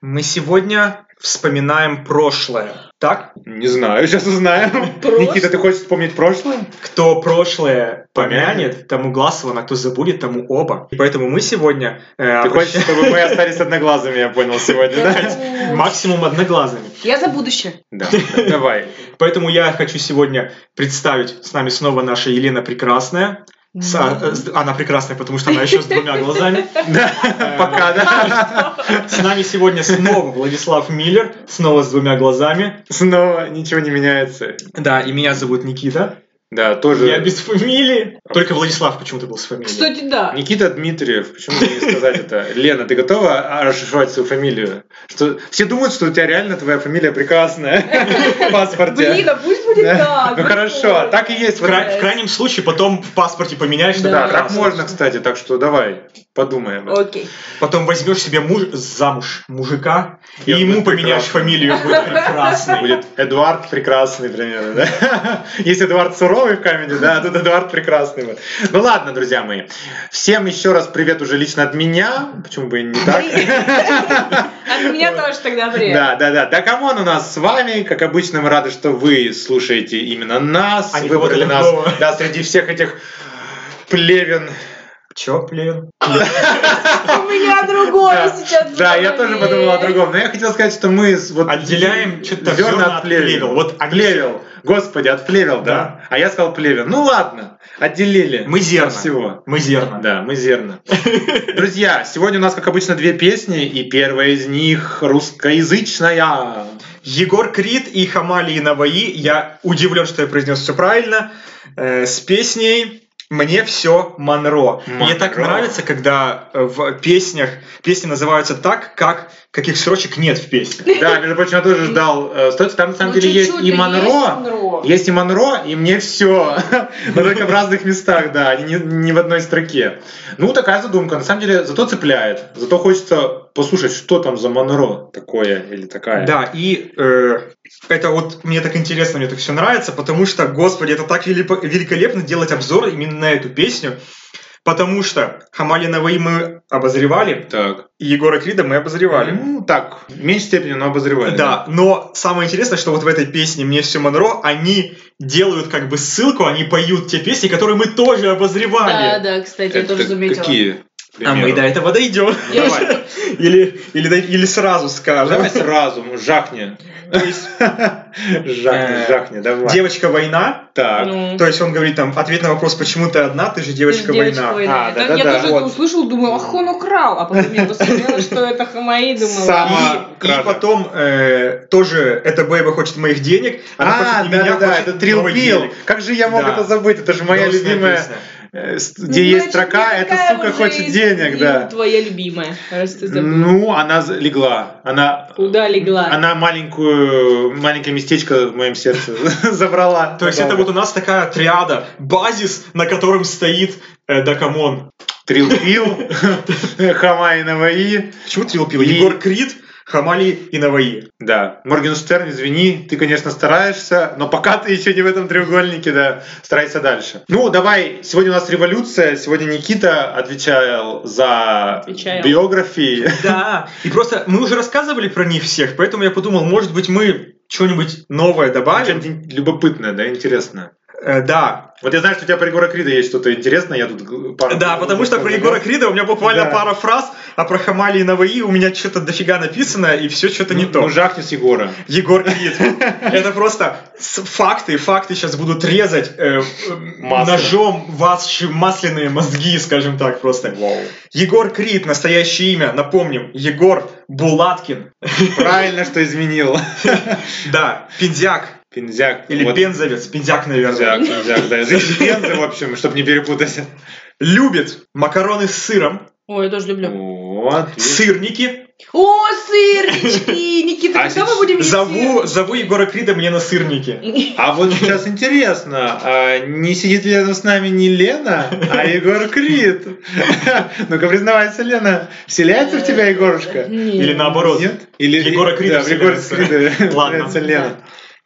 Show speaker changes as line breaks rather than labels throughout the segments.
Мы сегодня вспоминаем прошлое. Так?
Не знаю, сейчас узнаем.
Прошлое?
Никита, ты хочешь вспомнить прошлое?
Кто прошлое
Помянет.
помянет, тому гласован, а кто забудет, тому оба. И поэтому мы сегодня э, обращ-
Ты хочешь, чтобы мы остались одноглазыми, я понял, сегодня, да?
максимум одноглазыми.
Я за будущее.
Да, давай.
Поэтому я хочу сегодня представить с нами снова наша Елена Прекрасная. С- э, с- она прекрасная, потому что она еще с двумя глазами.
Пока, да?
С нами сегодня снова Владислав Миллер, снова с двумя глазами.
Снова ничего не меняется.
Да, и меня зовут Никита.
Да, тоже.
Я без фамилии. Только Владислав почему-то был с фамилией.
Кстати, да.
Никита Дмитриев, почему бы не сказать это? Лена, ты готова расшифровать свою фамилию? Что... Все думают, что у тебя реально твоя фамилия прекрасная в
Блин,
паспорте.
а пусть будет
Да.
так.
Ну хорошо, так и есть.
В, кра- в крайнем случае потом в паспорте поменяешь. на
Да, так
прекрасную.
можно, кстати, так что давай, подумаем.
Окей.
Потом возьмешь себе муж, замуж мужика,
Я
и ему
буду
поменяешь
прекрасным.
фамилию, будет прекрасный.
Будет Эдуард Прекрасный примерно, да? Есть Эдуард Суровый в камеди, да, а тут Эдуард Прекрасный. вот. Ну ладно, друзья мои, всем еще раз привет уже лично от меня, почему бы и не так.
От меня тоже тогда привет.
Да, да, да. Да, камон у нас с вами. Как обычно, мы рады, что вы слушаете именно нас.
А не
выбрали
кого-то
нас.
другого.
Да, среди всех этих плевен.
Чё, блин?
У меня другое
Да.
сейчас.
Да, я тоже подумал о другом. Но я хотел сказать, что мы с- вот
Отделяем чё-то
зерна
зерна от плевел. Вот они
плевел. Господи, от плевел, да.
Да.
А я сказал плевел. Ну ладно, отделили.
Мы зерна.
От всего.
Мы зерна.
Да, мы зерна. Друзья, сегодня у нас, как обычно, две песни, и первая из них русскоязычная.
Егор Крид и Хамали и Наваи. Я удивлен, что я произнес все правильно. Э, с песней «Мне все Монро». Мне
Монро.
так нравится, когда э, в песнях песни называются так, как каких строчек нет в песне.
Да, между прочим, я тоже ждал. э, Стоит, там на самом деле
Ну,
есть и Монро, есть и Монро, и мне все. Но только в разных местах, да, они не, не в одной строке. Ну, такая задумка. На самом деле, зато цепляет. Зато хочется послушать, что там за Монро такое или такая.
Да, и э, это вот мне так интересно, мне так все нравится, потому что, господи, это так велип- великолепно делать обзор именно на эту песню, потому что Хамали и Наваи мы обозревали,
Так.
и Егора Крида мы обозревали.
Ну, так, в меньшей степени, но обозревали.
Да, но самое интересное, что вот в этой песне «Мне все Монро» они делают как бы ссылку, они поют те песни, которые мы тоже
Да,
обозревали.
да, кстати, я тоже заметила.
Какие?
а мы
примеру?
до этого дойдем.
Я
Давай.
же-
Или, или, дой- или сразу скажем.
Давай сразу, ну, жахни.
То есть
Жахни,
Э,
жахни, давай.
девочка война.
Так.
Ну.
То есть он говорит там ответ на вопрос, почему ты одна, ты же девочка война.
А,
Это-
да-да-да,
Я тоже это
вот.
услышал, думаю, ах, он украл. А потом я посмотрела, что это хамаи, думала.
Сам.
И,
Сама
и
кража.
потом э, тоже эта бэйба хочет моих денег, она
А,
хочет и меня
да, да,
хочет
это Трил
новых
Пил.
денег.
Как же я мог
Да.
это забыть? Это же моя
Грустная
любимая
песня.
Э, с-
Ну,
где есть
значит,
строка,
я
эта
такая
сука
уже
хочет
из-
денег,
из-
да.
Твоя любимая, раз ты забыл.
Ну, она за- легла. Она,
Куда легла?
она маленькую, маленькое местечко в моем сердце забрала.
То есть это вот у нас такая триада, базис, на котором стоит э, Дакамон.
Трилпил, Хама и Наваи.
Почему Трил пил?
И-
Егор Крид, Хамали и Наваи.
Да, Моргенштерн, извини, ты, конечно, стараешься, но пока ты еще не в этом треугольнике, да, старайся дальше. Ну, давай, сегодня у нас революция, сегодня Никита отвечал за
Отвечаю.
биографии.
Да, и просто мы уже рассказывали про них всех, поэтому я подумал, может быть, мы что-нибудь новое добавим.
Что-нибудь любопытное, да, интересное.
Э, да,
Вот я знаю, что у тебя про Егора Крида есть что-то интересное, я тут г- пару...
да, потому что про Егора Крида у меня буквально
Да.
пара фраз, а про Хамали и Наваи у меня что-то дофига написано, и все что-то не
Ну,
то.
Ну, жахни с Егора.
Егор Крид. Это просто с- факты, факты сейчас будут резать э, э,
Масло.
ножом ваши масляные мозги, скажем так, просто. Егор Крид, настоящее имя, напомним, Егор Булаткин.
Правильно, что изменил.
Да, пиндзяк
Пинзяк.
или
Вот
пензовец, пиндзяк, наверное.
Пинзяк, пинзяк, да. Жизнь пензы, в общем, чтобы не перепутать.
Любит макароны с сыром,
Ой, я тоже люблю.
Вот.
сырники.
О, сырнички! Никита,
А
когда
сейчас
мы будем есть
Зову, зову Егора Крида мне на сырники.
сыр?
А вот сейчас интересно, а не сидит ли рядом с нами не Лена, а Егор Крид? Ну-ка, признавайся, Лена, вселяется в тебя Егорушка?
Нет.
Или наоборот.
Нет? Или
Егора Крида
Да, в Егора
вселяется.
Крида
Ладно.
вселяется Лена.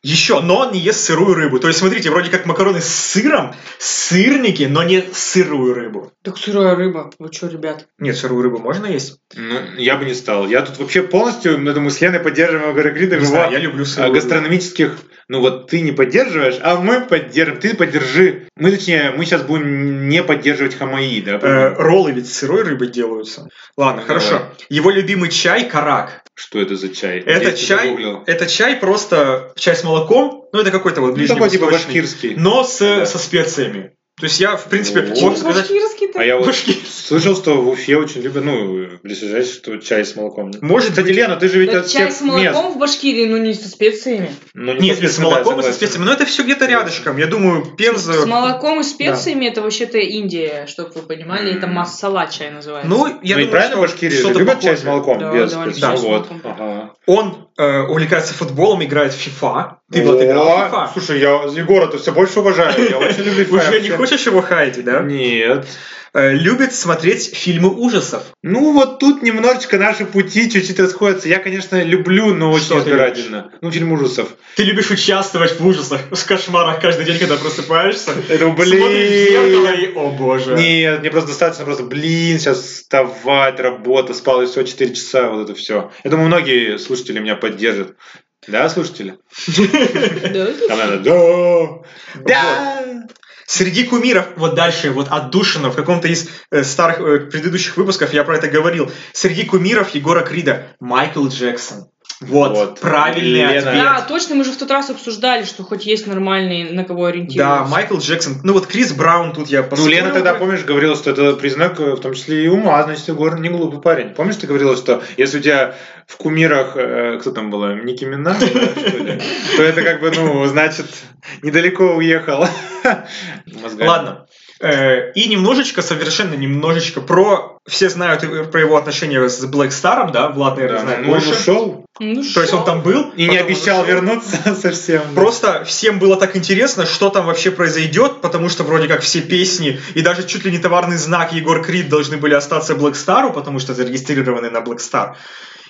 Еще, но он не ест сырую рыбу. То есть, смотрите, вроде как макароны с сыром, сырники, но не сырую рыбу.
Так сырая рыба. Вы что, ребят?
Нет, сырую рыбу можно есть.
Ну, я бы не стал. Я тут вообще полностью, ну, я думаю, с Леной поддерживаем Горогрида в
Не знаю, я
его
люблю сырую
а,
рыбу.
гастрономических... Ну вот ты не поддерживаешь, а мы поддержим. Ты поддержи. Мы, точнее, мы сейчас будем не поддерживать хамаи, да?
Э,
по-моему.
роллы ведь с сырой рыбы делаются. Ладно,
Ну,
хорошо.
давай.
Его любимый чай – карак.
Что это за чай?
Это
Я
чай-
загуглил.
Это чай просто, чай с молоком, ну это какой-то вот
Ну, такой типа
ближневосточный.
башкирский.
но с, со специями. То есть я, в принципе,
О.
могу сказать...
Башкирский-то?
А я вот
Башкир-
слышал, что в Уфе очень любят, ну, присажать, что чай с молоком.
Может
Кстати,
быть...
Лена, ты же ведь
Да
от
чай
всех
с молоком в Башкирии, ну не со специями.
Ну, не
Нет,
вкусно,
с
да,
молоком и со
согласен.
специями. Но это все где-то рядышком. Я думаю, Пенза...
С молоком и специями это вообще-то Индия, чтобы вы понимали, это
М.
массала чай называется.
Ну, я
ну и
думаю,
правильно
что
Башкирия же
что-то
любят чай с
похожее.
молоком
Да,
без
да,
специй.
чай
Ну
с
вот.
молоком.
Ага.
Он э, увлекается футболом, играет в FIFA. Ты вот
О,
играл в FIFA.
Слушай, я Егора то все больше уважаю. Я очень люблю FIFA
Уже не
вообще.
хочешь его хаять, да?
Нет.
Э, Любит смотреть фильмы ужасов.
Ну вот тут немножечко наши пути чуть-чуть расходятся. Я, конечно, люблю, но очень
Что ты
избирательно. Ну, фильм ужасов.
Ты любишь участвовать в ужасах, в кошмарах каждый день, когда просыпаешься.
Это,
Смотришь в зеркало
блин.
и, о боже.
Нет, мне просто достаточно просто, блин, сейчас вставать, работа, спал и все, 4 часа, вот это все. Я думаю, многие слушатели меня поддержат. Да, слушатели?
Да, это
Там надо, да, да.
Среди кумиров, вот дальше, вот отдушина, в каком-то из э, старых э, предыдущих выпусков я про это говорил. Среди кумиров Егора Крида Майкл Джексон. Вот,
Вот.
правильный
Лена.
ответ.
Да, точно, мы же в тот раз обсуждали, что хоть есть нормальные, на кого
Да,
ориентироваться.
Майкл Джексон. Ну вот Крис Браун тут я
Ну,
поспорил
Лена тогда,
бы.
помнишь, говорила, что это признак, э, в том числе и ума, значит, Егор не глупый парень. Помнишь, ты говорила, что если у тебя в кумирах, э, кто там была, Ники Минаж, да, что ли, то это как бы, ну, значит, недалеко уехал. Мозгами.
Ладно. Э, И немножечко, совершенно немножечко про... Все знают и про его отношения с Блэк Старом, да? Влад, наверное,
Да,
знает
ну, он
больше.
ушел
Ну
То есть он там был.
и
потом
не
он
обещал
ушел.
вернуться совсем. да.
Просто всем было так интересно, что там вообще произойдет, потому что вроде как все песни и даже чуть ли не товарный знак Егор Крид должны были остаться Блэк Стару, потому что зарегистрированы на Блэк Стар.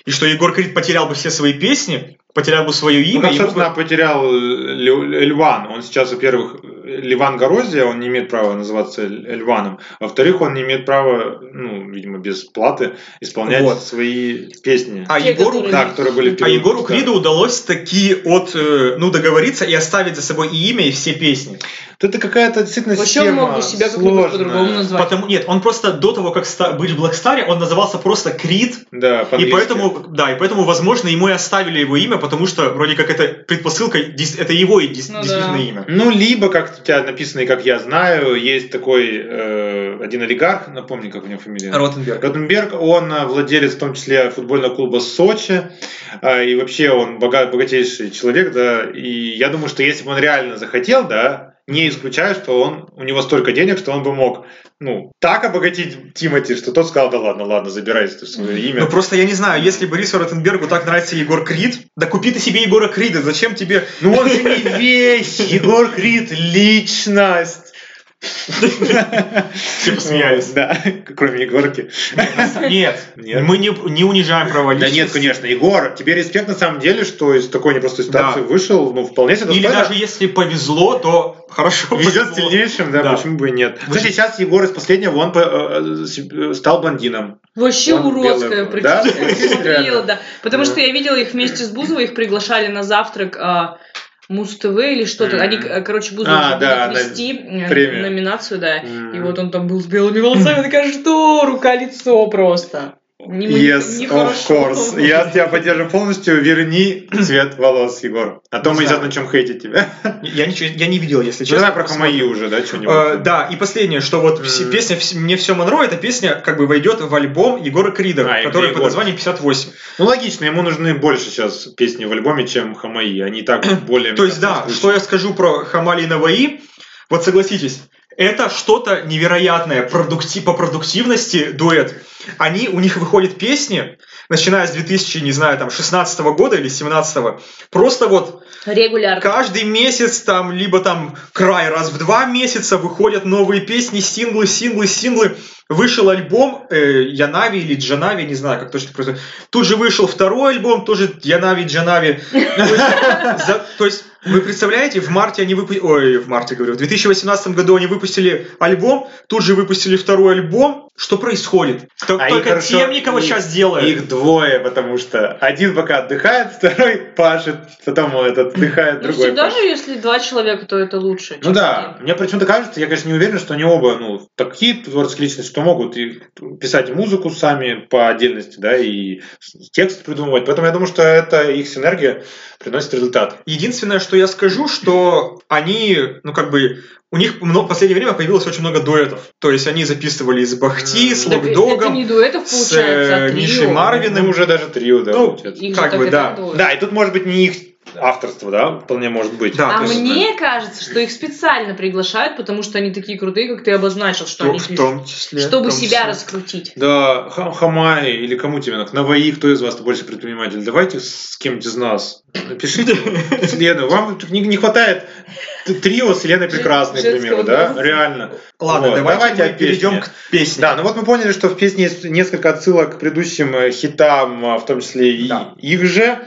И что Егор Крид потерял бы все свои песни, потерял бы свое
Ну,
имя.
как,
ему бы-
собственно, потерял э, Лю- Льван. Он сейчас, во-первых, э, Ливан Горозия, он не имеет права называться Ль- Льваном. Во-вторых, он не имеет права, ну, видимо, без платы исполнять
Вот.
свои песни.
А
Те,
Егору
да, которые были
А
переведены,
Егору
да.
Криду удалось таки от, э, ну, договориться и оставить за собой и имя, и все песни.
То Это какая-то действительно
Вообще он
схема
мог бы себя
сложная.
как-нибудь по-другому назвать.
Потому, нет, он просто до того, как ста- быть в Блэкстаре, он назывался просто Крид,
Да,
и
по-английски.
поэтому, да, и поэтому, возможно, ему и оставили его имя, потому что вроде как это предпосылка, дис- это его и дис-
Ну да.
действительно имя.
Ну, либо, как у тебя написано, и как я знаю, есть такой э, один олигарх, напомни, как у него фамилия.
Ротенберг.
Ротенберг, он э, владелец в том числе футбольного клуба «Сочи», э, и вообще он бога- богатейший человек, да, и я думаю, что если бы он реально захотел, да, не исключаю, что он, у него столько денег, что он бы мог, ну, так обогатить Тимати, что тот сказал, да ладно, ладно, забирай ты свое имя.
Ну просто я не знаю, если Борису Ротенбергу так нравится Егор Крид, да купи ты себе Егора Крида, зачем тебе...
Ну он же не вещь, Егор Крид – личность. Все
Типа посмеялись.
Да, кроме Егорки.
Нет,
Нет.
мы не, не унижаем права
Да нет,
личности.
конечно, Егор, тебе респект на самом деле, что из такой непростой ситуации
Да.
вышел, ну, вполне себе
Или
достойно.
даже если повезло, то хорошо
Везет
повезло.
сильнейшим, да,
Да.
почему бы и нет.
Вы-
Кстати, сейчас Егор из последнего, он по- э, э, себе- стал блондином.
Вообще
Он
уродская,
белый был.
прикинь,
Да?
я посмотрела,
Реально.
да. Потому
Да.
что я видела их вместе с Бузовой, их приглашали на завтрак а, Муз-ТВ или что-то.
Мгм.
Они, к- короче, Бузова
А,
уже
да,
будут
на-
вести э,
премию.
номинацию, да. И
М.
вот он там был с белыми волосами, такая, что? Рука-лицо просто. Не-
Yes, of
нехорошо.
course. Я тебя поддерживаю полностью. Верни цвет волос, Егор. А то
Не
мы не
знаю.
на чем хейтить тебя.
Я ничего, я не видел, если
Ну,
честно.
Давай про Хамаи уже, да, что-нибудь.
Э, да, и последнее, что вот вс-
Мгм.
песня «Вс- «Мне все Монро» эта песня как бы войдет в альбом Егора Крида,
А, и где
который под
Егор?
названием 58.
Ну, логично, ему нужны больше сейчас песни в альбоме, чем Хамаи. Они и так более...
То есть, да, что
я...
я скажу про Хамали и Наваи, вот согласитесь, это что-то невероятное продукти- по продуктивности дуэт. Они, у них выходят песни, начиная с 2000, не знаю, там, 16 года или 17 просто вот
Регулярно.
Каждый месяц там, либо там край раз в два месяца выходят новые песни, синглы, синглы, синглы. Вышел альбом э, Янави или Джанави, не знаю, как точно произносится. Тут же вышел второй альбом, тоже Янави, Джанави. То есть, за- То есть Вы представляете, в марте они выпустили... Ой, в марте, говорю. В 2018 году они выпустили альбом, тут же выпустили второй альбом. Что происходит? Т-
А их
Только
хорошо-
Темникова
их-
сейчас делает.
Их двое, потому что один пока отдыхает, второй пашет, потом этот отдыхает,
Ну,
другой
всегда
пашет.
же, если два человека, то это лучше.
Ну
чем
да,
один.
мне почему-то кажется, я, конечно, не уверен, что они оба, ну, такие творческие личности, что могут и писать музыку сами по отдельности, да, и с- текст придумывать. Поэтому я думаю, что это их синергия приносит результат.
Единственное, что я скажу, что они, ну как бы, у них мно- в последнее время появилось очень много дуэтов. То есть они записывали с Бахти,
М.
с
Так Это
Локдогом.
не дуэтов
с,
получается, а
э,
трио.
Мишей Марвин. Марвиным.
Ну, уже даже трио, да,
Ну,
получается.
Их же
как
так
бы,
и
да.
так дуэт.
Да, и тут может быть не их авторство, да, вполне может быть.
Да,
А
то есть, ну,
мне кажется, что их специально приглашают, потому что они такие крутые, как ты обозначил, что
То-
они
в
пишут.
том числе.
чтобы
в том
себя
числе.
раскрутить.
Да, Ха- Хамай или кому тебе, на Наваи, кто из вас больше предприниматель? Давайте с кем-нибудь из нас. Напишите с Леной. Вам тут не, не хватает т- трио с Леной Прекрасной, к
Женского
примеру, да?
голоса.
Реально.
Ладно,
Вот,
давайте,
давайте
мы
о
перейдем
песне.
к песне.
Да, ну вот мы поняли, что в песне есть несколько отсылок к предыдущим э, хитам, а, в том числе и
Да.
их же.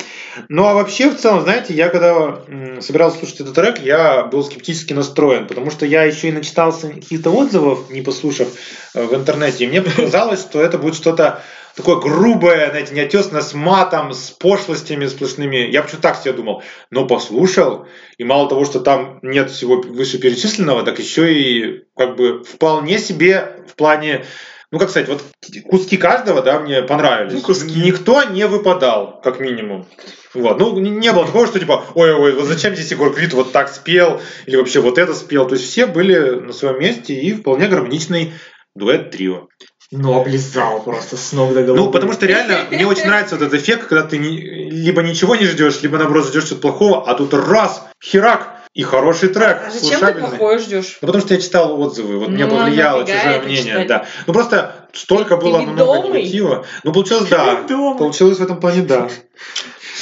Ну а вообще, в целом, знаете, я когда м, собирался слушать этот трек, я был скептически настроен, потому что я еще и начитался каких-то отзывов, не послушав э, в интернете, и мне показалось, что это будет что-то такое грубое, знаете, неотесное, с матом, с пошлостями сплошными. Я почему-то так себе думал. Но послушал, и мало того, что там нет всего вышеперечисленного, так еще и как бы вполне себе в плане, ну как сказать, вот куски каждого, да, мне понравились.
Ну, куски.
Никто не выпадал, как минимум. Вот. Ну, не- не было такого, что типа, ой-ой, вот зачем здесь Егор Крид вот так спел, или вообще вот это спел. То есть все были на своем месте и вполне гармоничный дуэт-трио.
Ну, облизал просто с ног до головы.
Ну, потому что реально мне очень нравится вот этот эффект, когда ты не- либо ничего не ждешь, либо наоборот ждешь что-то плохого, а тут раз, херак, и хороший трек.
А зачем ты
слушабельный.
плохое ждешь?
Ну, потому что я читал отзывы, вот мне
Ну,
повлияло
нафига
чужое
это
мнение,
читать?
да. Ну просто столько
Ты
было много
ведомый?
негатива. Ну получилось, да. Получилось в этом плане, да.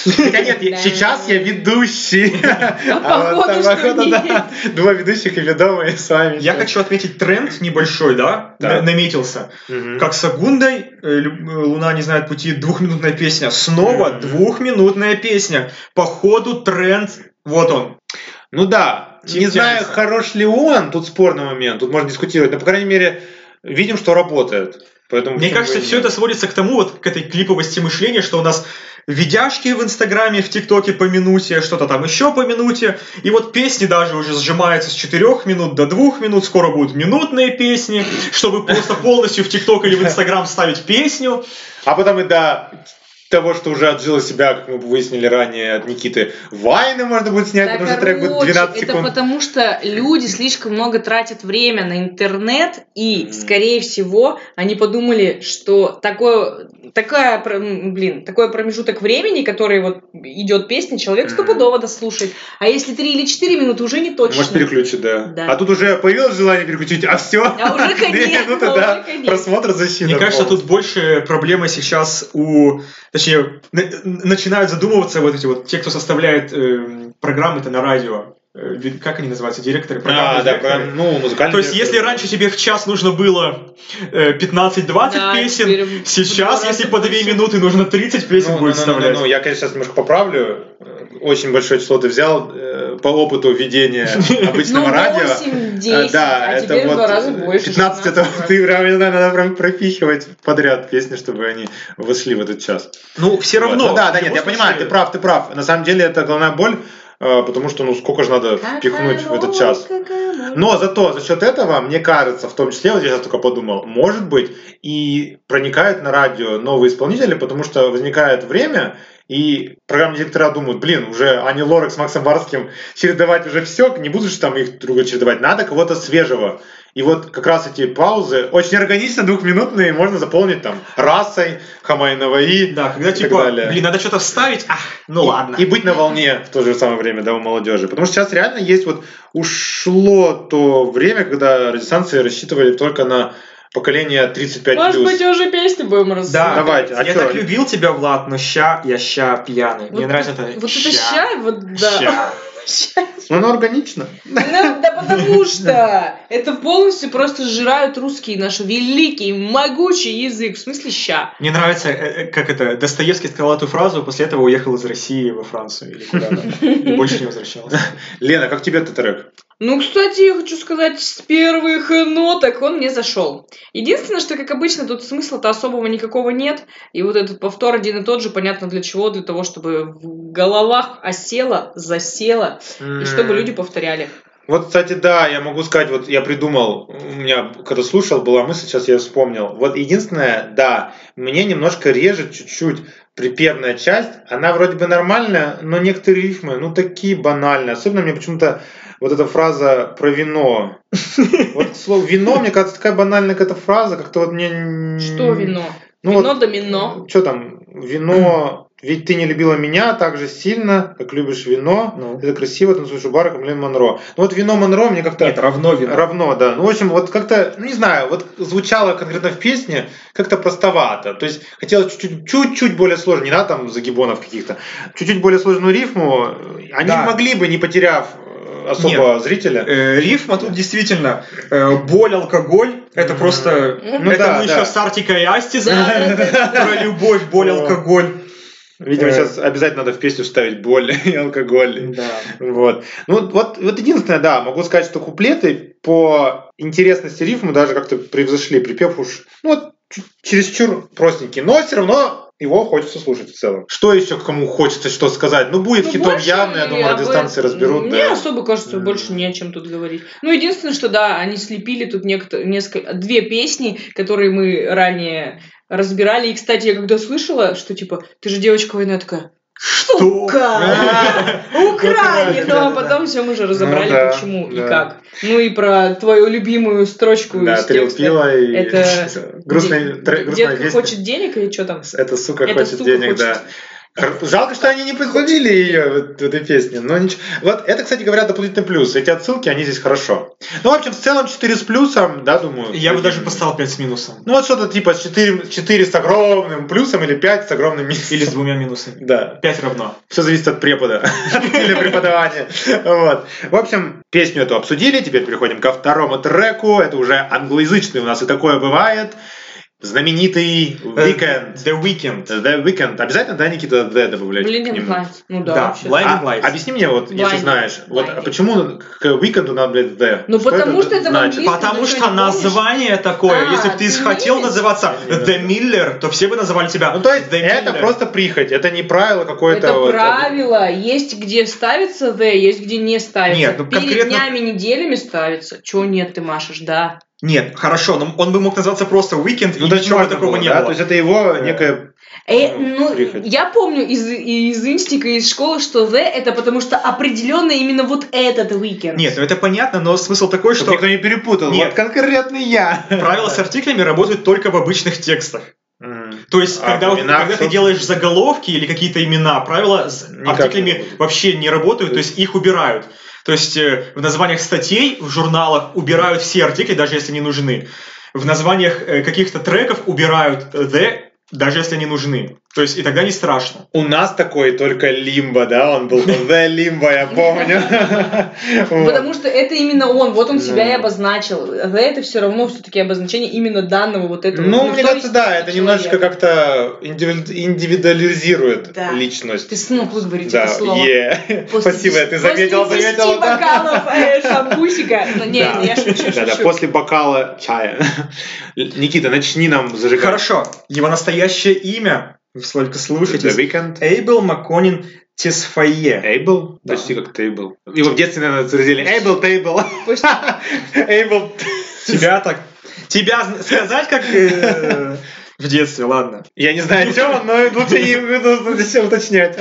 Хотя нет, я-
Да.
сейчас я ведущий. А вот там,
походу, что
походу, да. Два ведущих и ведомые с вами.
Я хочу отметить тренд небольшой, да,
Да.
на- наметился.
Мгм.
Как с Агундой, э, Лю- э, Луна не знает пути, двухминутная песня. Снова
Мгм.
двухминутная песня. По ходу тренд, вот он.
Ну да,
Тим
не знаю,
тянется.
хорош ли он, тут спорный момент, тут можно дискутировать, но, по крайней мере, видим, что работает. Поэтому
Мне
почему бы
кажется,
и
все
нет.
это сводится к тому, вот к этой клиповости мышления, что у нас видяшки в Инстаграме, в ТикТоке по минуте, что-то там еще по минуте. И вот песни даже уже сжимаются с 4 минут до 2 минут, скоро будут минутные песни, чтобы просто полностью в ТикТок или в Инстаграм ставить песню.
А потом и до того, что уже отжило себя, как мы выяснили ранее от Никиты, Вайны можно будет снять,
Да,
потому что трек будет
короче,
12
это
секунд.
потому, что люди слишком много тратят время на интернет, и,
Мгм.
скорее всего, они подумали, что такое, такая, про- м, блин, такой промежуток времени, который вот идет песня, человек
Мгм.
стопудово дослушает. А если 3 или 4 минуты, уже не точно.
Может переключить, да.
Да.
А тут уже появилось желание переключить, а все.
А уже
Две
конец,
минуты,
а уже
да,
конец.
просмотр защиты.
Мне кажется, тут больше проблемы сейчас у... Точнее, на- начинают задумываться вот эти вот, те, кто составляет эм, программы-то на радио. Э, ви- Как они называются? Директоры?
А,
программные
да,
директоры.
прям, ну, музыкальный.
А То есть,
директор.
если раньше тебе в час нужно было э, 15-20
Да,
песен,
теперь в
сейчас,
два
если
раза
по 2
больше.
минуты нужно 30 песен
Ну,
будет
ну, ну, ну,
вставлять.
ну, я, конечно, сейчас немножко поправлю. Э, Очень большое число ты взял э, по опыту ведения
Ну,
обычного радио.
8-10,
Э, да,
а
это
теперь в
вот э,
два раза больше.
15 это
16 раз.
ты прям, не знаю, надо прям пропихивать подряд песни, чтобы они вошли в этот час.
Ну, все
Вот.
равно.
Ну да, да,
в
нет,
любом
я понимаю, ты
случае,
прав, ты прав. На самом деле это головная боль, э, потому что ну сколько же надо впихнуть в этот час. Ну, Но зато за счет этого, мне кажется, в том числе, вот я сейчас только подумал, может быть, и проникают на радио новые исполнители, потому что возникает время, и программные директора думают, блин, уже Ани Лорак с Максом Барским чередовать уже все, не будут же там их друга чередовать, надо кого-то свежего. И вот как раз эти паузы очень органично, двухминутные, можно заполнить там расой, Хамай Наваи.
Да, когда
и так
типа,
далее.
блин, надо что-то вставить, ах, ну
И-
ладно.
И быть на волне в то же самое время, да, у молодежи. Потому что сейчас реально есть вот ушло то время, когда радиостанции рассчитывали только на поколение 35
Может
плюс.
быть, уже песни будем рассказывать.
Да,
Давайте, а
я
чё?
так любил тебя, Влад, но ща я ща пьяный. Мне
Вот
нравится это.
Вот это ща, вот
Ща.
да. получается.
Но оно органично.
Ну, да потому что это полностью просто сжирают русские наш великий, могучий язык. В смысле ща.
Мне нравится, э, э, как это, Достоевский сказал эту фразу, после этого уехал из России во Францию или куда-то. И больше не возвращался.
Лена, как тебе этот трек?
Ну, кстати, я хочу сказать, с первых ноток он мне зашел. Единственное, что, как обычно, тут смысла-то особого никакого нет. И вот этот повтор один и тот же, понятно для чего, для того, чтобы в головах осело, засело, и чтобы люди повторяли.
Вот, кстати, да, я могу сказать, вот я придумал, у меня, когда слушал, была мысль, сейчас я её вспомнил. Вот единственное, да, мне немножко режет чуть-чуть припевная часть, она вроде бы нормальная, но некоторые рифмы, ну, такие банальные. Особенно мне почему-то вот эта фраза про вино. Вот слово вино, мне кажется, такая банальная какая-то фраза, как-то вот мне... н-
Что вино?
Ну,
вино домино.
Что там? Вино... Ведь ты не любила меня так же сильно, как любишь вино.
Ну.
Это красиво, танцуешь у бара, как Мерлин Монро. Ну вот вино Монро мне как-то...
Нет, равно вина.
Равно, да. Ну, в общем, вот как-то, ну, не знаю, вот звучало конкретно в песне как-то простовато. То есть хотелось чуть-чуть, чуть-чуть более сложно, не надо там загибонов каких-то, чуть-чуть более сложную рифму. Они
Да.
могли бы, не потеряв э, особо зрителя.
Э, Рифма тут действительно э, боль, алкоголь. Это
М.
просто...
Ну
это
да,
мы
да.
еще с Артикой и Асти
Да, да, да.
про любовь, боль,
О.
алкоголь.
Видимо,
Э.
сейчас обязательно надо в песню вставить боль и алкоголь.
Да.
Вот. Ну, вот, вот единственное, да, могу сказать, что куплеты по интересности рифмы даже как-то превзошли. Припев уж, ну, вот, чуть- чересчур простенький, но все равно его хочется слушать в целом. Что еще кому хочется что сказать? Ну, будет
Ну,
хитом
больше
явно, я
ли
думаю,
об
радиостанции
этом?
разберут.
Мне
да. Э.
особо кажется,
М.
больше не о чем тут говорить. Ну, единственное, что да, они слепили тут некто- несколько, две песни, которые мы ранее разбирали. И, кстати, я когда слышала, что типа, ты же девочка война, я такая, Штука! Украине!
Да, да,
Ну,
да.
а потом все мы уже
Ну да,
разобрали, почему и
да.
как. Ну и про твою любимую строчку
Да,
из
трил
текста.
пива и
Это
грустная,
Де-
тре- грустная
Детка
песня.
хочет денег или что там?
Это сука
Эта
хочет
сука
денег,
хочет.
да. Хр- Жалко, что они не подхватили ее в этой песне. Но ничего. Вот это, кстати говоря, дополнительный плюс. Эти отсылки, они здесь хорошо. Ну, в общем, в целом 4 с плюсом, да, думаю.
Я бы
таким.
даже поставил 5 с минусом.
Ну, вот что-то типа 4, 4 с огромным плюсом или 5 с огромным минусом.
Или с двумя минусами.
Да,
5 равно.
все зависит от препода или преподавания. Вот. В общем, песню эту обсудили, теперь переходим ко второму треку. Это уже англоязычный у нас и такое бывает.
Э,
Знаменитый Weekend.
The Weekend.
Э, The Weekend. Обязательно, да, Никита, The добавлять к
Блин,
нему?
Lights. Ну да,
Да,
вообще.
Blinding
А,
Lights.
объясни мне, вот, если
Blinding.
знаешь, вот, а
Blinding.
почему к Weekend надо, блядь, The?
Ну, потому что это в
значит?
английском.
Потому
ты что,
что
не помнишь?
название такое.
А,
Если бы ты
ты
хотел
не-
называться The Miller, то все бы называли тебя
Ну, то есть,
The
это
Miller.
просто прихоть, это не правило какое-то.
Это
вот, а,
правило. Есть где ставится the, есть где не ставится.
Нет, ну,
Перед
конкретно-
днями, неделями ставится. Чего нет, ты машешь, да.
Нет, хорошо, но он бы мог называться просто Weekend,
Ну,
и
даже
ничего бы
важно
такого
было,
не
да?
было.
То есть, это его
Э.
некое...
Э,
Ну,
ну,
прихоть.
я помню из, из инстика, из школы, что the это потому что определенно именно вот этот уикенд.
Нет, ну это понятно, но смысл такой, что
Чтобы никто не перепутал.
Нет.
Вот конкретный я.
правила с артиклями работают только в обычных текстах.
М.
То есть,
А
когда,
в
вот-
именах
когда
что?
ты делаешь заголовки или какие-то имена, правила с
Никак не
артиклями
работают.
вообще не работают, то есть их убирают. То есть э, в названиях статей в журналах убирают все артикли, даже если не нужны. В названиях э, каких-то треков убирают э, the, даже если они нужны. То есть и тогда не страшно.
У нас такой только Лимбо, да? Он был The Лимбо, я помню. ну, Вот.
Потому что это именно он, вот он
Да.
себя и обозначил. The это все равно все-таки обозначение именно данного вот этого.
Ну,
то
мне
есть
кажется, да, это немножечко
человека.
как-то индивиду- индивидуализирует
Да.
личность.
Ты смог говорить
Да,
это слово.
е.
После
Спасибо,
десяти-
ты заметила,
после десяти
заметила, да.
бокалов э, шампусика. Ну, не,
Да.
я шучу,
Да-да,
шучу.
после бокала чая. Никита, начни нам зажигать.
Хорошо, его настоящее имя, вы только слушайте,
The Weeknd.
Эйбл Маконин Тесфае.
Эйбл?
Да.
Почти как Тейбл. Его в детстве, наверное, заразили. Эйбл, Тейбл.
Пусть-
Эйбл.
Тебя так... Тебя зн- сказать как э, в детстве, ладно.
Я не знаю, о чем он, но лучше не буду здесь уточнять.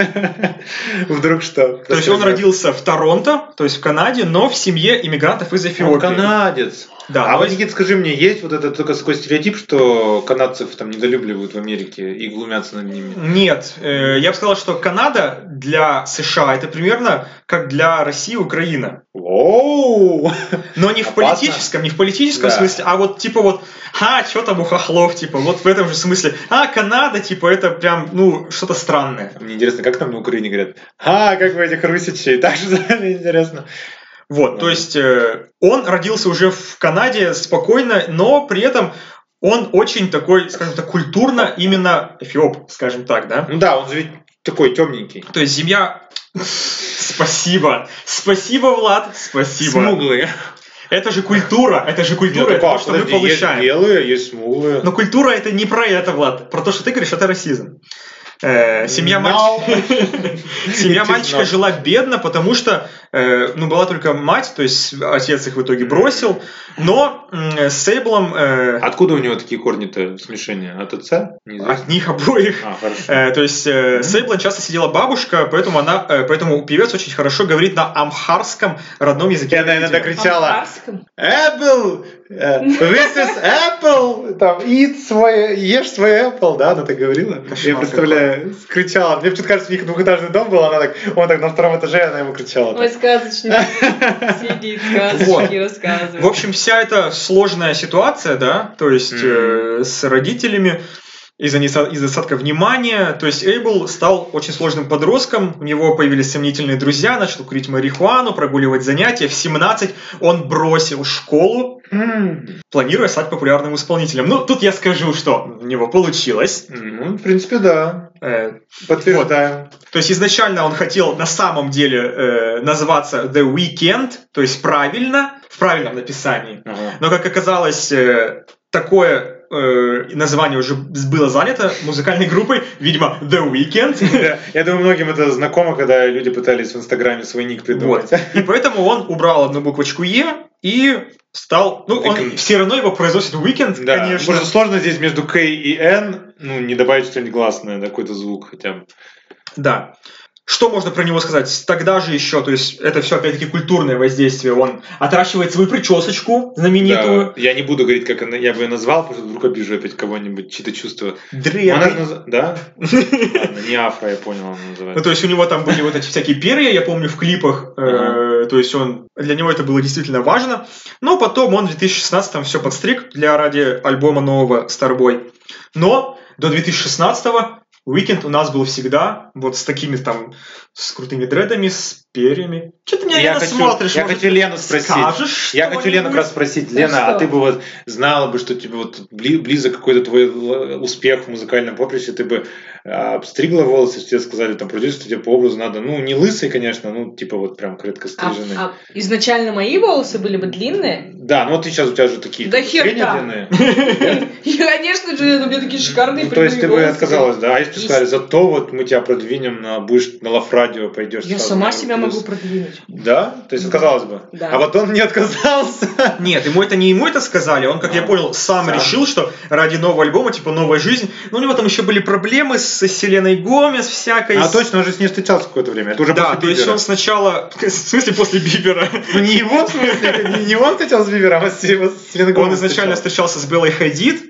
Вдруг что.
То есть он родился в Торонто, то есть в Канаде, но в семье иммигрантов из
Он
Эфиопии.
канадец.
Да,
а
но
вот, Никит, скажи мне, есть вот этот только такой стереотип, что канадцев там недолюбливают в Америке и глумятся над ними?
Нет, э, я бы сказал, что Канада для США это примерно как для России Украина.
Оу!
Но не в
Опасно.
политическом, не в политическом
Да.
смысле, а вот типа вот, а, что там у хохлов, типа, вот в этом же смысле. А, Канада, типа, это прям, ну, что-то странное.
Мне интересно, как там на Украине говорят? А, как вы этих русичей? Так же самое интересно.
Вот,
Ладно.
то есть э, он родился уже в Канаде спокойно, но при этом он очень такой, скажем так, культурно именно эфиоп, скажем так, да?
Ну да, он же ведь такой темненький.
То есть земля... Спасибо. Спасибо, Влад. Спасибо.
Смуглые.
Это же культура. Это же
Ну,
культура. это то, что мы
типа, есть
получаем.
белые, есть смуглые.
Но культура это не про это, Влад. Про то, что ты говоришь, это расизм. Э, семья,
No.
мальчика- семья
It is not.
мальчика жила бедно, потому что э, ну, была только мать, то есть отец их в итоге бросил. Но м, с Сейблом э,
Откуда у него такие корни-то смешения? От отца? Неизвестно.
от них обоих.
А, хорошо.
Э, то есть э, с Сейблом часто сидела бабушка, поэтому она, э, поэтому певец очень хорошо говорит на амхарском родном языке.
Я, наверное,
родителей.
докричала.
Амхарском?
Apple! э, This is Apple! Там, eat свой, ешь свой Apple, да, она так говорила. Я
Кошмар
представляю, кричала. Мне почему-то кажется, у них двухэтажный дом был, она так, он так на втором этаже, она ему кричала.
Ой, сказочник. Сидит, сказочки рассказывает.
В общем, вся эта сложная ситуация, да, то есть э, с родителями, из-за неса- из остатка внимания, то есть Эйбл стал очень сложным подростком, у него появились сомнительные друзья, начал курить марихуану, прогуливать занятия, в 17 он бросил школу,
М,
планируя стать популярным исполнителем. Ну, тут я скажу, что у него получилось.
Ну, в принципе, да.
Э,
Подтверждаем.
То есть изначально он хотел на самом деле э, назваться The Weekend, то есть правильно, в правильном написании.
Ага.
Но, как оказалось, э, такое э, название уже было занято музыкальной группой, видимо, The Weeknd.
Да, Я думаю, многим это знакомо, когда люди пытались в Инстаграме свой ник придумать.
И поэтому он убрал одну буквочку «е» и стал... Ну, он
Weeknd.
все равно его произносит Weekend,
Да,
конечно.
Просто сложно здесь между К и Н, ну, не добавить что-нибудь гласное, да, какой-то звук хотя бы.
Да. Что можно про него сказать? Тогда же еще, то есть это все опять-таки культурное воздействие. Он отращивает свою причесочку знаменитую.
Да, я не буду говорить, как она, я бы ее назвал, потому что вдруг обижу опять кого-нибудь, чьи-то чувства.
дреды.
Она же наз- Да? Ладно, не афро, я понял, она
Ну,
называется.
то есть у него там были вот эти всякие перья, я помню, в клипах. Э, То есть он для него это было действительно важно. Но потом он в 2016 все подстриг для ради альбома нового Starboy. Но до 2016 Уикенд у нас был всегда вот с такими там, с крутыми дредами, с перьями. Что ты меня
Я
Лена,
хочу-
смотришь?
я
может,
хочу Лену спросить.
Скажешь
Я хочу Лену
что-нибудь?
как раз спросить,
Ну
Лена, а
что?
ты бы вот знала бы, что тебе вот бли- близок какой-то твой л- успех в музыкальном поприще, ты бы а, обстригла волосы, если тебе сказали, там, продюсер, что тебе по образу надо, ну, не лысый, конечно, ну, типа вот прям кратко
А-
стриженный.
а изначально мои волосы были бы длинные?
Да, ну вот ты сейчас у тебя же такие
Да
как бы,
хер
средне
там.
длинные.
И, конечно же, у меня такие шикарные
Ну, то есть
прямые
ты бы
волосы.
отказалась, да? А если бы
И-
сказали, зато вот мы тебя продвинем, на, будешь на лав-радио, пойдешь.
Я
сразу
сама
на
себя
плюс».
могу продвинуть.
Да? То есть отказалась бы?
Ну Да.
А вот он не отказался.
Нет, ему это не ему это сказали, он, как я
А.
понял, сам,
Сам.
решил, что ради нового альбома, типа новая жизнь. Но у него там еще были проблемы с Селеной Гомес всякой.
А
с-
точно, он же с ней встречался какое-то время. Это уже
да,
после
то есть
Бибера.
он сначала, в смысле после Бибера,
Ну, не его, в смысле, не- не он встречался с Бибером, а с его- с Селеной
он
Гомес
изначально
встречался.
встречался с Белой Хадид.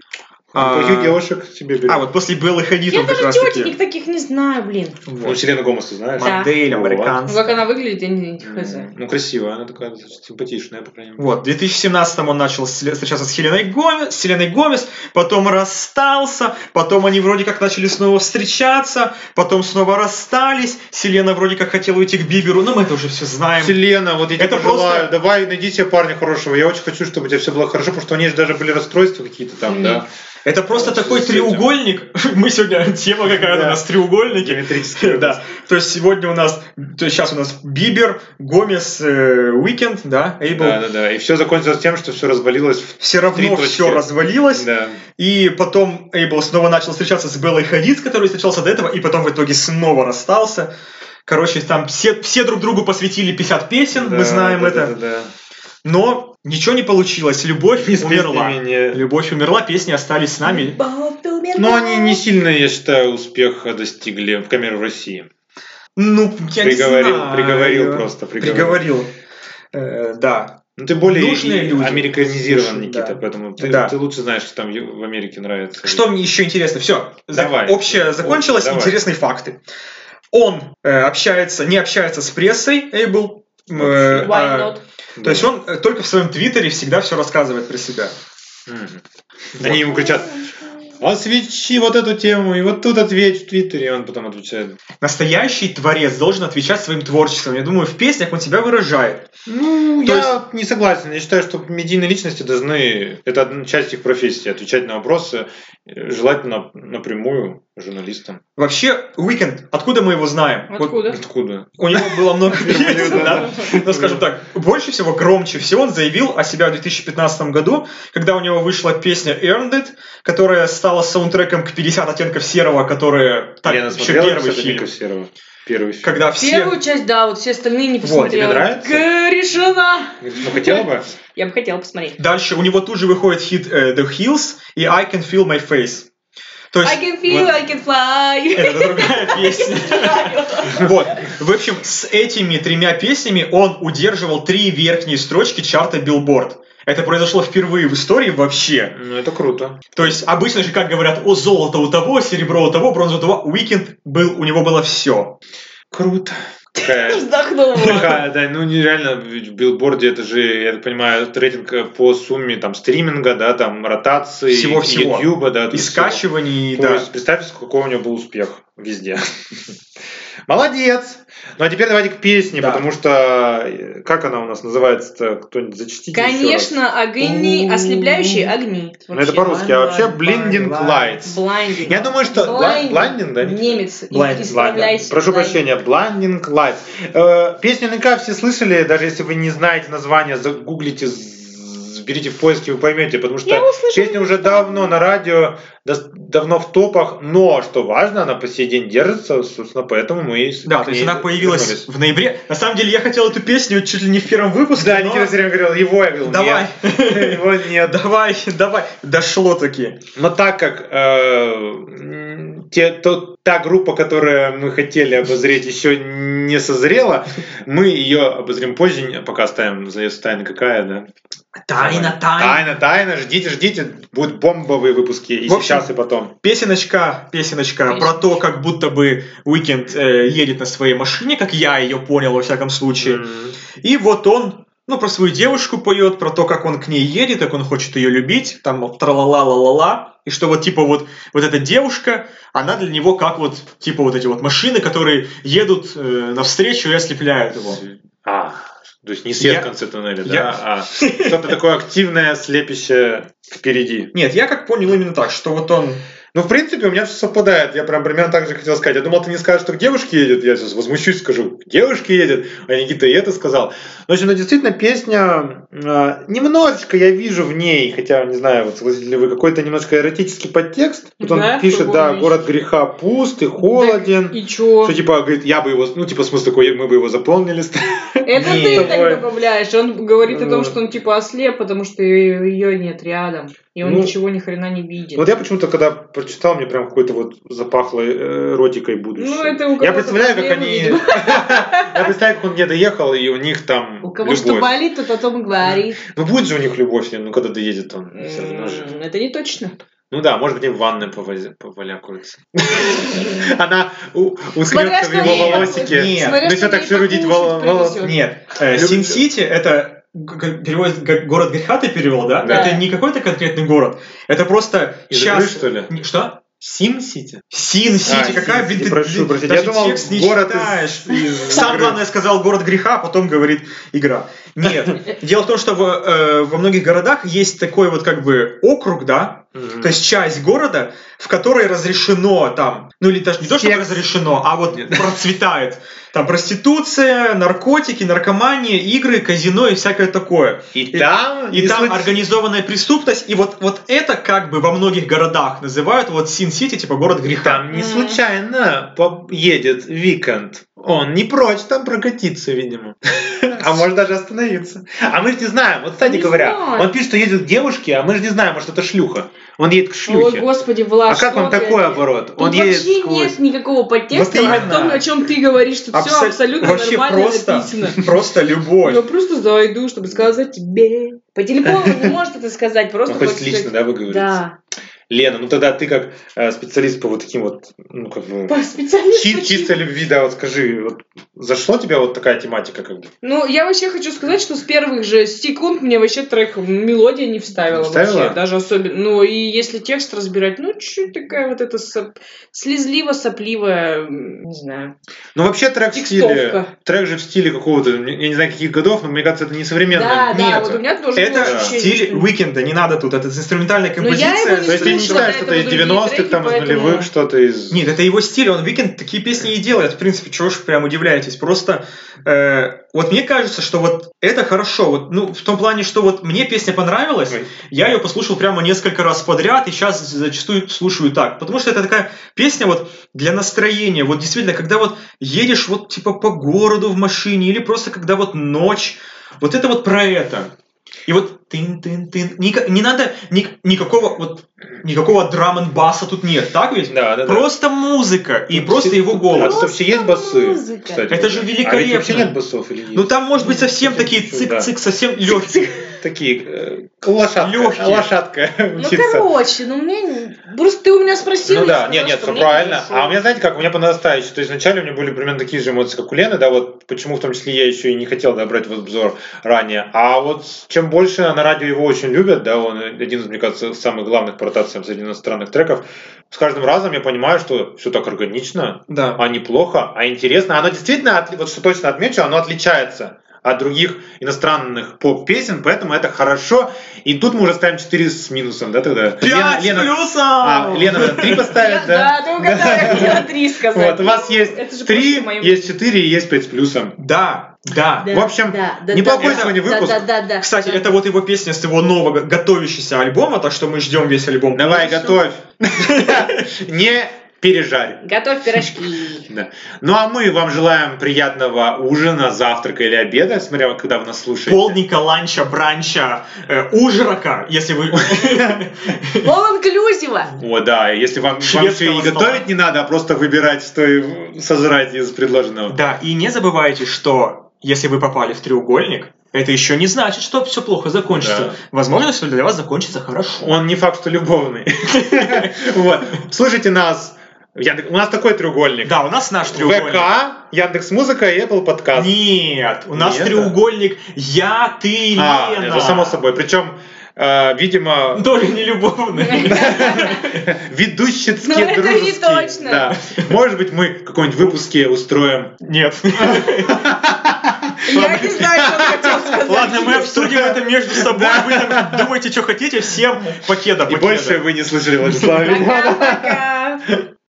А,
Каких девушек себе берет?
а, вот после Белой Хадид
Я
он как
даже
раз таки...
тетенек таких не знаю, блин.
Ну, Селена Гомес, ты знаешь?
Да.
Модель
Вот.
Ну,
американская.
как она выглядит, я не не
М,
хз.
Ну, красивая, она такая достаточно симпатичная, по крайней мере.
Вот, в 2017 он начал сле- встречаться с Хеленой Гомес, с Селеной Гомес, потом расстался, потом они вроде как начали снова встречаться, потом снова расстались, Селена вроде как хотела уйти к Биберу, но мы это уже все знаем.
Селена, вот я тебе
Это
пожелаю,
просто-
давай найди себе парня хорошего. Я очень хочу, чтобы у тебя все было хорошо, потому что у нее же даже были расстройства какие-то там,
Мгм.
да.
Это просто
Вообще
такой
с этим.
треугольник, мы сегодня, тема какая-то
Да.
у нас треугольники,
Геометрические.
Да. То есть сегодня у нас, то есть сейчас у нас Бибер, Гомес, э, Уикенд, да, Эйбл.
Да, да, да. И все закончилось тем, что все развалилось в
Все
Три
равно
точки.
все развалилось.
Да.
И потом Эйбл снова начал встречаться с Беллой Хадид, с которой встречался до этого, и потом в итоге снова расстался. Короче, там все, все друг другу посвятили 50 песен,
Да,
мы знаем
да,
это.
да, да, да.
Но ничего не получилось. Любовь
И с
умерла.
песнями не-
Любовь умерла, песни остались с нами.
Любовь умерла.
Но Ну, они не сильно, я считаю, успеха достигли, по крайней мере, в России.
Ну, я не
приговорил,
знаю.
приговорил просто, приговорил.
Приговорил. Э, да.
Ну, ты более
Нужные
и-
люди.
американизирован,
Слушай,
Никита,
да.
поэтому ты,
Да.
ты лучше знаешь, что там в Америке нравится.
Что мне еще интересно? Все,
Давай.
общее закончилось,
Давай.
интересные факты. Он э, общается, не общается с прессой, Эйбл. М, э,
Why
а,
not?
Да.
То есть он э, только в своем твиттере всегда все рассказывает про себя.
Мгм. Они ему кричат, освечи вот эту тему, и вот тут ответь в Твиттере, и он потом отвечает.
Настоящий творец должен отвечать своим творчеством. Я думаю, в песнях он себя выражает.
Ну,
То
я не согласен. Я считаю, что медийные личности должны, это одна часть их профессии, отвечать на вопросы, э, желательно напрямую журналистам.
Вообще, Уикенд, откуда мы его знаем? Вот
Откуда?
Откуда?
у него было много песен,
да.
да? Ну, скажем так, больше всего, громче всего он заявил о себя в 2015 году, когда у него вышла песня Earned It, которая стала саундтреком к 50 оттенков серого, которые так,
Лена
еще
смотрела
первый
«Всадника
фильм.
серого»? Первый фильм.
Когда все...
Первую часть, да, вот все остальные не
Вот,
посмотрела.
тебе нравится?
К- Решена.
Ну, хотела бы?
Я бы хотела посмотреть.
Дальше у него тут же выходит хит э, The Hills и I Can Feel My Face. То есть
I can feel,
вот-
I can fly.
Это другая песня. Вот. В общем, с этими тремя песнями он удерживал три верхние строчки чарта Billboard. Это произошло впервые в истории вообще.
Ну, это круто.
То есть обычно же, как говорят, о, золото у того, серебро у того, бронза у того, Уикенд был, у него было все.
Круто. Какая
Вздохнула.
Да, да, ну нереально, ведь в билборде это же, я так понимаю, рейтинг э, по сумме там стриминга, да, там ротации,
Всего-всего.
Ютуба, да, то
И
есть
скачиваний,
всего.
и да.
То есть представьте, какой у него был успех везде. Молодец! Ну а теперь давайте к песне,
Да.
потому что э, как она у нас называется-то? Кто-нибудь зачтите ещё раз.
Конечно, огни,
У-у-у.
ослепляющие огни.
Ну, это по-русски, а вообще Blinding Lights.
Блайндинг.
Я думаю, что
Blinding.
Бландинг, да? Никита?
Немец. и
Блайн-
исправляйся,
Прошу
Блайн.
прощения, Blinding Lights. Э, песню НК все слышали, даже если вы не знаете название, загуглите, з- берите в поиске, вы поймете, потому что
Я услышала.
песня уже давно на радио, дос- давно в топах, но, что важно, она по сей день держится, собственно, поэтому мы и с-
Да,
к
то есть
ней
она появилась
вернулись.
в ноябре. На самом деле я хотел эту песню чуть ли не в первом выпуске.
Да,
но-
Никита все время говорил, его я говорил,
Давай,
нет, его нет.
давай, давай. Дошло таки.
Но так как э, м, те, то, та группа, которую мы хотели обозреть, еще не созрела, мы ее обозрим позже, пока оставим завесу тайны какая, да?
Тайна, тайна.
Тайна, тайна, ждите, ждите, будут бомбовые выпуски и
В общем,
сейчас, и потом.
Песеночка, песеночка
Песеночка.
про то, как будто бы Уикенд э, едет на своей машине, как я ее понял во всяком случае.
М.
И вот он, ну, про свою девушку поет, про то, как он к ней едет, как он хочет ее любить, там трала-ла-ла-ла-ла. И что вот типа вот, вот эта девушка, она для него как вот типа вот эти вот машины, которые едут э, навстречу и ослепляют его.
А, то есть не свет
Я-
в конце туннеля,
я-
да, а что-то такое активное, слепящее впереди.
Нет, я как понял именно так, что вот он...
Ну, в принципе, у меня все совпадает. Я прям примерно так же хотел сказать. Я думал, ты не скажешь, что к девушке едет. Я сейчас возмущусь, скажу, к девушке едет. А Никита и это сказал. Ну, в общем, ну, действительно, песня... э, немножечко я вижу в ней, хотя, не знаю, вот согласитесь ли вы, какой-то немножко эротический подтекст. Вот он
Да,
пишет, да,
какой-нибудь.
город греха пуст и холоден.
И чё?
Что, типа, говорит, я бы его... Ну, типа, смысл такой, мы бы его заполнили.
Это
Нет.
ты
Давай.
так добавляешь. Он говорит о том,
Вот.
что он типа ослеп, потому что ее нет рядом. И он
Ну,
ничего ни хрена не видит.
Вот я почему-то, когда прочитал, мне прям какой-то вот запахло э, эротикой будущее.
Ну, это у
Я
кого-то
представляю, как
проблемы,
они...
видимо.
Я представляю, как он не доехал, и у них там
У кого что
любовь.
болит, тот о том и говорит.
Ну, будет же у них любовь, ну, когда доедет он. Все равно же.
М, Это не точно.
Ну да, может быть, им в ванной повозе- повалякаются. Она у-
Смотря
уснется в
что
его
ей-
волосике.
Нет.
Смотря
Ну,
что
если так
ей
все рудить,
покушать
вол- вол-
принесёт.
Нет, э,
Люблю-
Син-Сити это г- г- переводит г- город греха ты перевел, да?
Да.
Это не какой-то конкретный город, это просто
Из
час.
игры, что ли?
Н- Что?
Сим-Сити?
Син-Сити,
А,
какая
Сим-Сити,
блин, ты-
прошу
блин,
прощения.
даже
Я думал,
текст не
город из-
читаешь.
из
Сам
игры.
главное сказал город греха, а потом говорит игра. Нет. Дело в том, что в, э, во многих городах есть такой вот как бы округ, да,
Мгм.
то есть часть города, в которой разрешено там, ну или даже не то, что
Секс.
разрешено, а вот
Нет.
процветает там проституция, наркотики, наркомания, игры, казино и всякое такое.
И там...
И
не
там
случ-
организованная преступность, и вот, вот это как бы во многих городах называют вот Син-Сити, типа город греха.
Там не
Мгм.
случайно по- едет Викант. Он не прочь там прокатиться, видимо. А может даже остановиться. А мы же не знаем. Вот, кстати
Не
говоря,
знаю.
он пишет, что едет к девушке, а мы же не знаем, может, это шлюха. Он едет к
Ой,
шлюхе.
господи, Влад,
а как
что
вам
ты
такой
опять?
оборот?
Тут
Он едет
вообще
сквозь.
нет никакого подтекста
Вот
о том,
именно.
о чем ты говоришь. Тут все
Абсо-
абсолютно
вообще
нормально
просто.
написано.
Просто любовь.
Я просто зайду, чтобы сказать тебе. По телефону не может это сказать,
Он
просто
хочет Ну, лично,
сказать.
да, выговориться.
Да.
Лена, ну тогда ты как э, специалист по вот таким вот, ну как бы,
По
чи-
специалисту.
чистой любви, да, вот скажи, вот зашло тебя вот такая тематика как бы?
Ну, я вообще хочу сказать, что с первых же секунд мне вообще трек мелодия не вставила,
Не вставила?
вообще. Даже особенно. Ну, и если текст разбирать, ну, чуть такая вот эта соп- слезливо-сопливая, м, не знаю.
Ну вообще трек в стиле,
Текстовка.
трек же в стиле какого-то, я не знаю каких годов, но мне кажется это не
Да,
современное.
да,
Нет.
вот у меня тоже
Это
было ощущение,
стиль
что-
Уикенда, не надо тут. Это инструментальная
Но Ну, я
композиция.
его не
То есть ты не
слышала
считаешь,
до
что это
этого
из
другие
90-х,
треки,
там из
поэтому-
нулевых, что-то из...
Нет, это его стиль, он Викинг такие песни и делает, в принципе, чего уж прям удивляетесь. Просто э, вот мне кажется, что вот это хорошо, вот, ну, в том плане, что вот мне песня понравилась,
Ой.
я ее послушал прямо несколько раз подряд, и сейчас зачастую слушаю так, потому что это такая песня вот для настроения, вот действительно, когда вот едешь вот типа по городу в машине, или просто когда вот ночь, вот это вот про это. И вот тын-тын-тын, Ника- не надо ни- никакого вот никакого драм баса тут нет, так ведь?
Да, да, да.
Просто музыка и
Тут
просто
все-
его
А тут
голос.
вообще есть басы,
музыка.
кстати.
Это же
А ведь вообще
великолепно.
нет басов или есть?
Ну там может быть совсем
Чуть-чуть,
такие
да.
цик-цик, совсем легкие.
Такие, э, лошадка,
Лёгкие.
лошадка
Ну,
мчится.
короче, ну мне... не- Просто ты у меня спросил.
Ну
я
да,
сказала,
нет, нет,
что
все
мне не
правильно.
зашло.
А у меня, знаете как, у меня по нарастающей, то есть вначале у меня были примерно такие же эмоции, как у Лены, да, вот почему в том числе я еще и не хотел да, брать в обзор ранее. А вот с- чем больше на радио его очень любят, да, он один из, мне кажется, самых главных по ротациям среди иностранных треков, с каждым разом я понимаю, что все так органично,
Да.
а неплохо, а интересно. Оно действительно, отли- вот что точно отмечу, оно отличается от других иностранных поп-песен, поэтому это хорошо. И тут мы уже ставим 4 с минусом, да, тогда?
Пять плюсов!
а, Лена, наверное, 3
Я-
поставит, да?
Да, ты угадала, я хотела три сказать.
Вот, у вас есть
Это же
три,
просто моё-
есть четыре и есть пять с плюсом.
Да, да.
в общем, неплохой сегодня выпуск.
да.
Кстати, это вот его песня с его нового готовящегося альбома, так что мы ждем весь альбом.
Давай,
Хорошо.
готовь. Не пережарь.
Готовь пирожки.
Да. Ну а мы вам желаем приятного ужина, завтрака или обеда, смотря когда вы нас слушаете.
Полдника, ланча, бранча, э, ужрака, если вы...
All inclusive.
О, да, если вам, вам
Шведского
еще и
стола.
готовить не надо, а просто выбирать, что и созрать из предложенного.
Да, и не забывайте, что если вы попали в треугольник, это еще не значит, что все плохо закончится.
Да.
Возможно, все для вас закончится хорошо.
Он не факт, что любовный. Вот. Слушайте нас. Яндекс- У нас такой треугольник.
Да, у нас наш треугольник.
ВК, Яндекс Музыка и Apple Podcast.
Нет, у нас
Нет, да.
треугольник я, ты,
А,
Лена.
это само собой. Причем, э, видимо,
Тоже не любовный.
ведущицкий
Ну, это не
дружеский.
точно.
Да. Может быть, мы в каком-нибудь выпуске устроим.
Нет.
Я не знаю, что он хотел сказать.
Ладно, мы обсудим это между собой. Вы там думайте, что хотите. Всем покеда.
И
покеда.
больше вы не слышали Владислава Вильянова.
Пока-пока.